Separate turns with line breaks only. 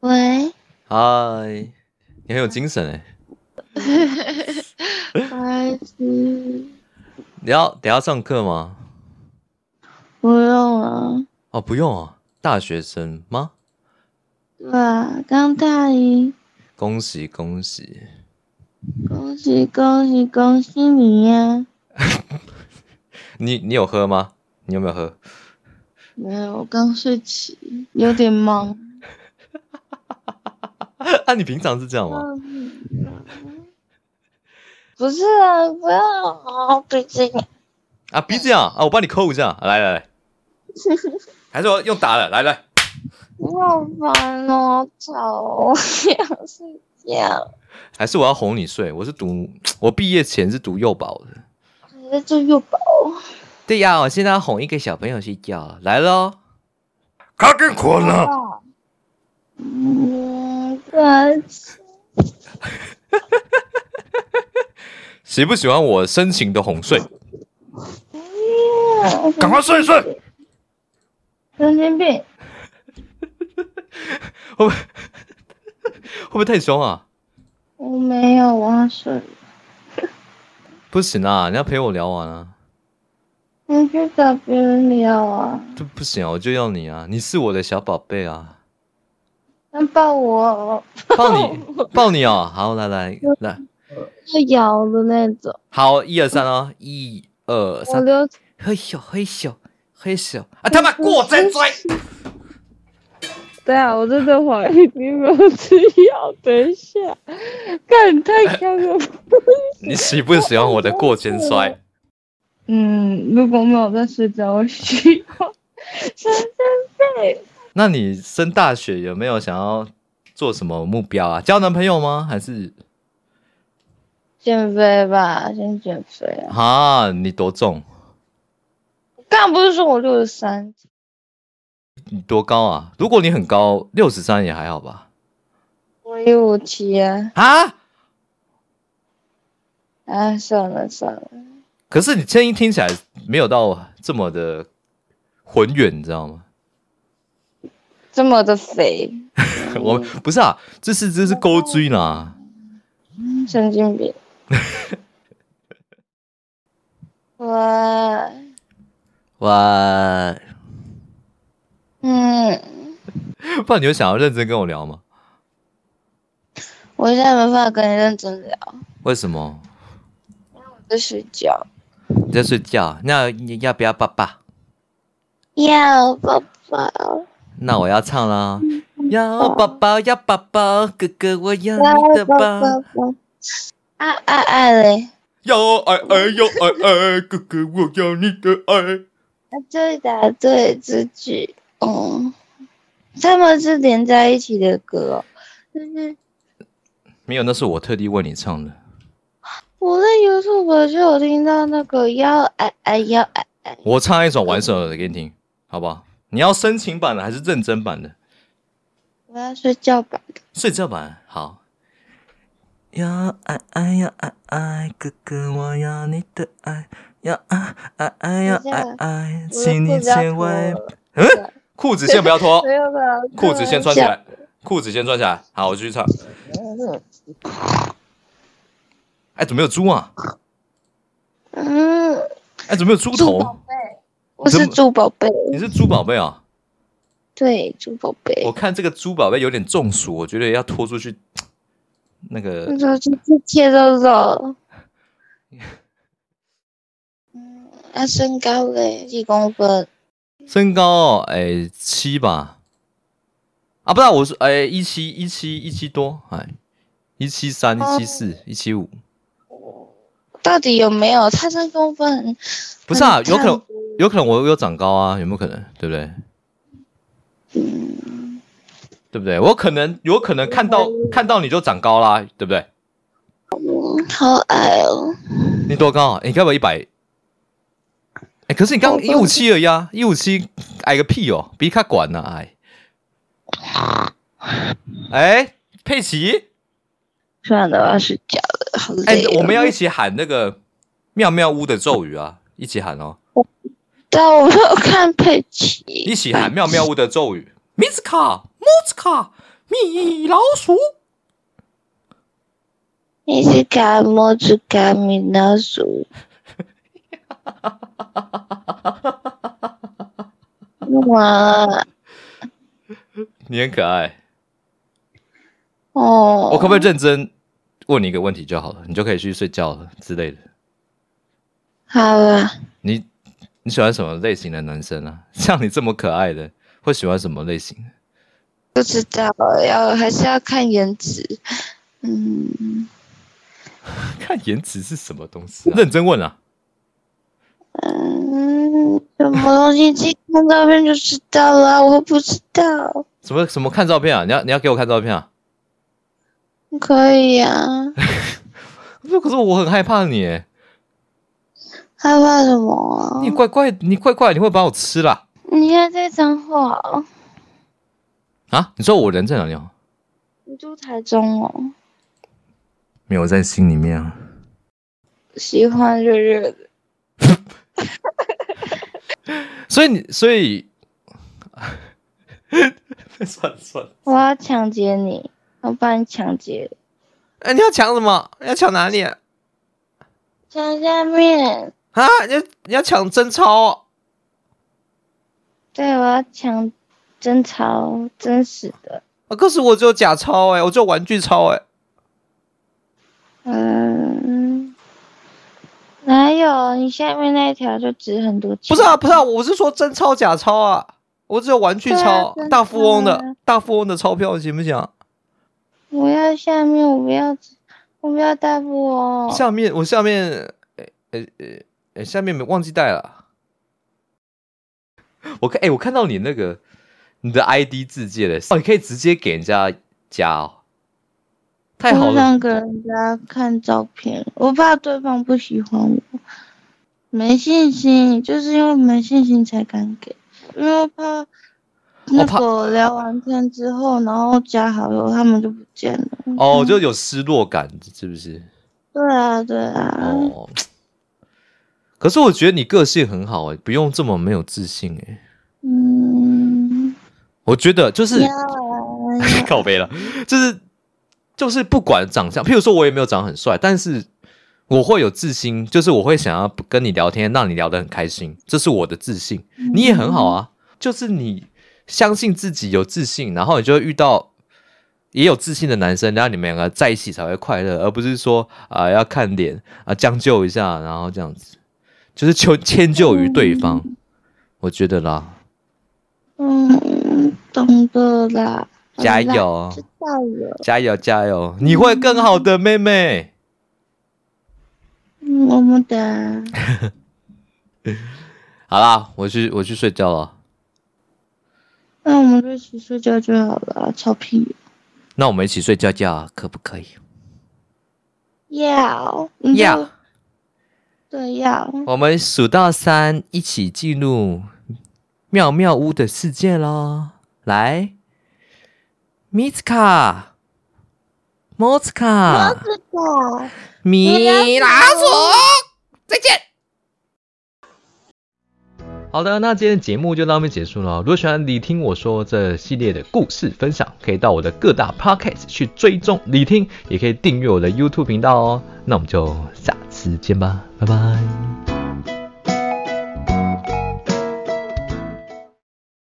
喂
嗨，你很有精神哎！
开始，
你要等一下上课吗？
不用了。
哦，不用啊，大学生吗？
对啊，刚大一，
恭喜恭喜！
恭喜恭喜恭喜你呀！
你你有喝吗？你有没有喝？
没有，我刚睡起，有点懵。
啊，你平常是这样吗？
不是啊，不要好毕竟
啊，别这样啊，我帮你扣一下，来来 来，还是我用打的，来来，
你好烦哦，好吵哦，我想睡觉。
还是我要哄你睡。我是读，我毕业前是读幼保的。
你在做幼保？
对呀，我现在要哄一个小朋友睡觉，来喽。
赶紧滚了！
嗯，对，
喜不喜欢我深情的哄睡？
嗯
赶快睡一睡！
神经病。
会不会会不会太凶啊？
我没有，啊我要睡了。
不行啊，你要陪我聊完啊。
你去找别人聊啊，
这不行啊，我就要你啊！你是我的小宝贝啊！
那抱我
抱你，抱你哦！好，来来来，
就咬的那种。
好，一二三哦，一二
我
三，
留
嘿咻嘿咻嘿咻啊！他妈过真追，
对啊，我真的怀疑你有没有吃药。等一下，看你太香了。
你喜不喜欢我的过肩摔？
嗯，如果没有在睡觉，我需要神经病。
那你升大学有没有想要做什么目标啊？交男朋友吗？还是
减肥吧，先减肥啊！
啊？你多重？
刚不是说我六十三，
你多高啊？如果你很高，六十三也还好吧？
我一五七啊！
啊？
哎，算了算了，
可是你声音听起来没有到这么的浑圆，你知道吗？
这么的肥，
我们不是啊，这是这是勾追啦。
神经 病。我
哇，
嗯，
不然你有想要认真跟我聊吗？
我现在没办法跟你认真聊，
为什么
我在睡觉。
你在睡觉？啊那你要不要爸爸？
要抱抱，
那我要唱啦。要宝宝，要宝宝，哥哥我要你
要
的
抱
抱。
抱抱，爱爱爱嘞！
要爱爱，要爱爱，哥哥我要你的爱。
啊，对答对这句，嗯，他们是连在一起的歌哦、就是
没有，那是我特地为你唱的。
我在 YouTube 就有听到那个要爱爱要爱爱，
我唱一首完整的给你听，好不好？你要深情版的还是认真版的？
我要睡觉吧。
睡觉版好。要爱爱要爱爱，哥哥我要你的爱，要爱爱爱要爱爱，
我的
请你嗯
裤子要脱了
千万裤子先不要脱
没，有的，
裤子先穿起来，裤子先穿起来。好，我继续唱。哎，怎么有猪啊？
嗯，
哎，怎么有猪
猪宝
头？
贝，我是
怎么
猪宝贝，
你是猪宝贝啊？
对，猪宝贝
我。看这个猪宝贝有点中暑，我觉得要拖出去。那个
那时候就去切肉肉。嗯，他身高嘞几公分？
身高哦，哎，七吧？啊，不是啊，我是哎一七一七一七多，哎，一七三、
哦
一七四、一七五，
到底有没有？他三公分？
不是啊，
很
有可能
胖
有可能我有长高啊，有没有可能？对不对？
嗯，
对不对？我可能有可能看到看到你就长高啦，对不对？
好矮哦。
你多高啊？你该不会一百？哎，可是你刚
我
一五七而已啊，一五七矮个屁哦，比他管呢、矮。哎，佩奇，
算了，我要睡觉了，好
哎
累、哦。，
我们要一起喊那个妙妙屋的咒语啊，一起喊哦。
但我没有看佩奇。
一起喊妙妙屋的咒语 m i z k a m u z k a
米老鼠，
你是卡莫子卡米老 鼠。哇
你很可爱。
哦！
我可不可以认真问你一个问题就好了，你就可以去睡觉了之类的。
好啊，
你你喜欢什么类型的男生啊？ 像你这么可爱的，会喜欢什么类型？
不知道要还是要看颜值。嗯，
看颜值是什么东西、啊？认真问啊！
嗯，什么东西自己看照片就知道了，我不知道。
什么什么看照片啊？你要你要给我看照片啊？
可以啊，
可是我很害怕你耶，
害怕什么啊
你？怪怪你怪怪，你会把我吃了
你看这张画，
啊！你说我人在哪里啊？
你住台中哦，
没有在心里面啊。
喜欢热热的。
所以你所以， 算了算了。
我要抢劫你，我帮你抢劫，
哎，你要抢什么？要抢哪里啊？
抢下面。
啊你要你要抢贞操哦？
对，我要抢真钞，真实的。
啊可是我只有假钞哎，我只有玩具钞哎。
嗯，哪有？你下面那一条就值很多钱。
不是啊，不是啊，我是说真钞假钞啊，我只有玩具
对啊
钞
真，
大富翁
钞啊
的大富翁的钞票行不行啊？
我要下面，我不要，我不要大哦富翁。
下面我下面，呃呃呃呃，下面没忘记带了。我看，哎、我看到你那个你的 ID 字界了，哦，你可以直接给人家加哦，太好
我不
了。
想给人家看照片，我怕对方不喜欢我，没信心，就是因为没信心才敢给，因为我怕那
怕
个聊完天之后，然后加好友他们就不见了。
哦，就有失落感，是不是？
对啊，对啊，
哦，可是我觉得你个性很好哎、不用这么没有自信哎、
嗯，
我觉得就是
要啊，
靠背了，就是就是不管长相，譬如说我也没有长很帅，但是我会有自信，就是我会想要跟你聊天，让你聊得很开心，这是我的自信。
嗯
你也很好啊，就是你相信自己有自信，然后你就会遇到也有自信的男生，然后你们两个在一起才会快乐，而不是说啊、要看脸啊、将就一下，然后这样子，就是求迁就于对方。我觉得啦，
嗯，懂的啦，好
加
啦，
油哦
知，道了，
加油，加油，你会更好的，妹妹。
嗯，么么哒，
好啦，我去我去睡觉了。
那我们就一起睡觉就好了，臭屁。
那我们一起睡觉觉，可不可以？
要，你就
要，
对，要。
我们数到三，一起进入妙妙屋的世界喽！来，米斯卡，莫斯卡，
哇，
米拉索，再见。好的，那今天的节目就到这边结束了。如果喜欢你听我说这系列的故事分享，可以到我的各大 podcast 去追踪你听，也可以订阅我的 YouTube 频道哦。那我们就下次见吧，拜拜。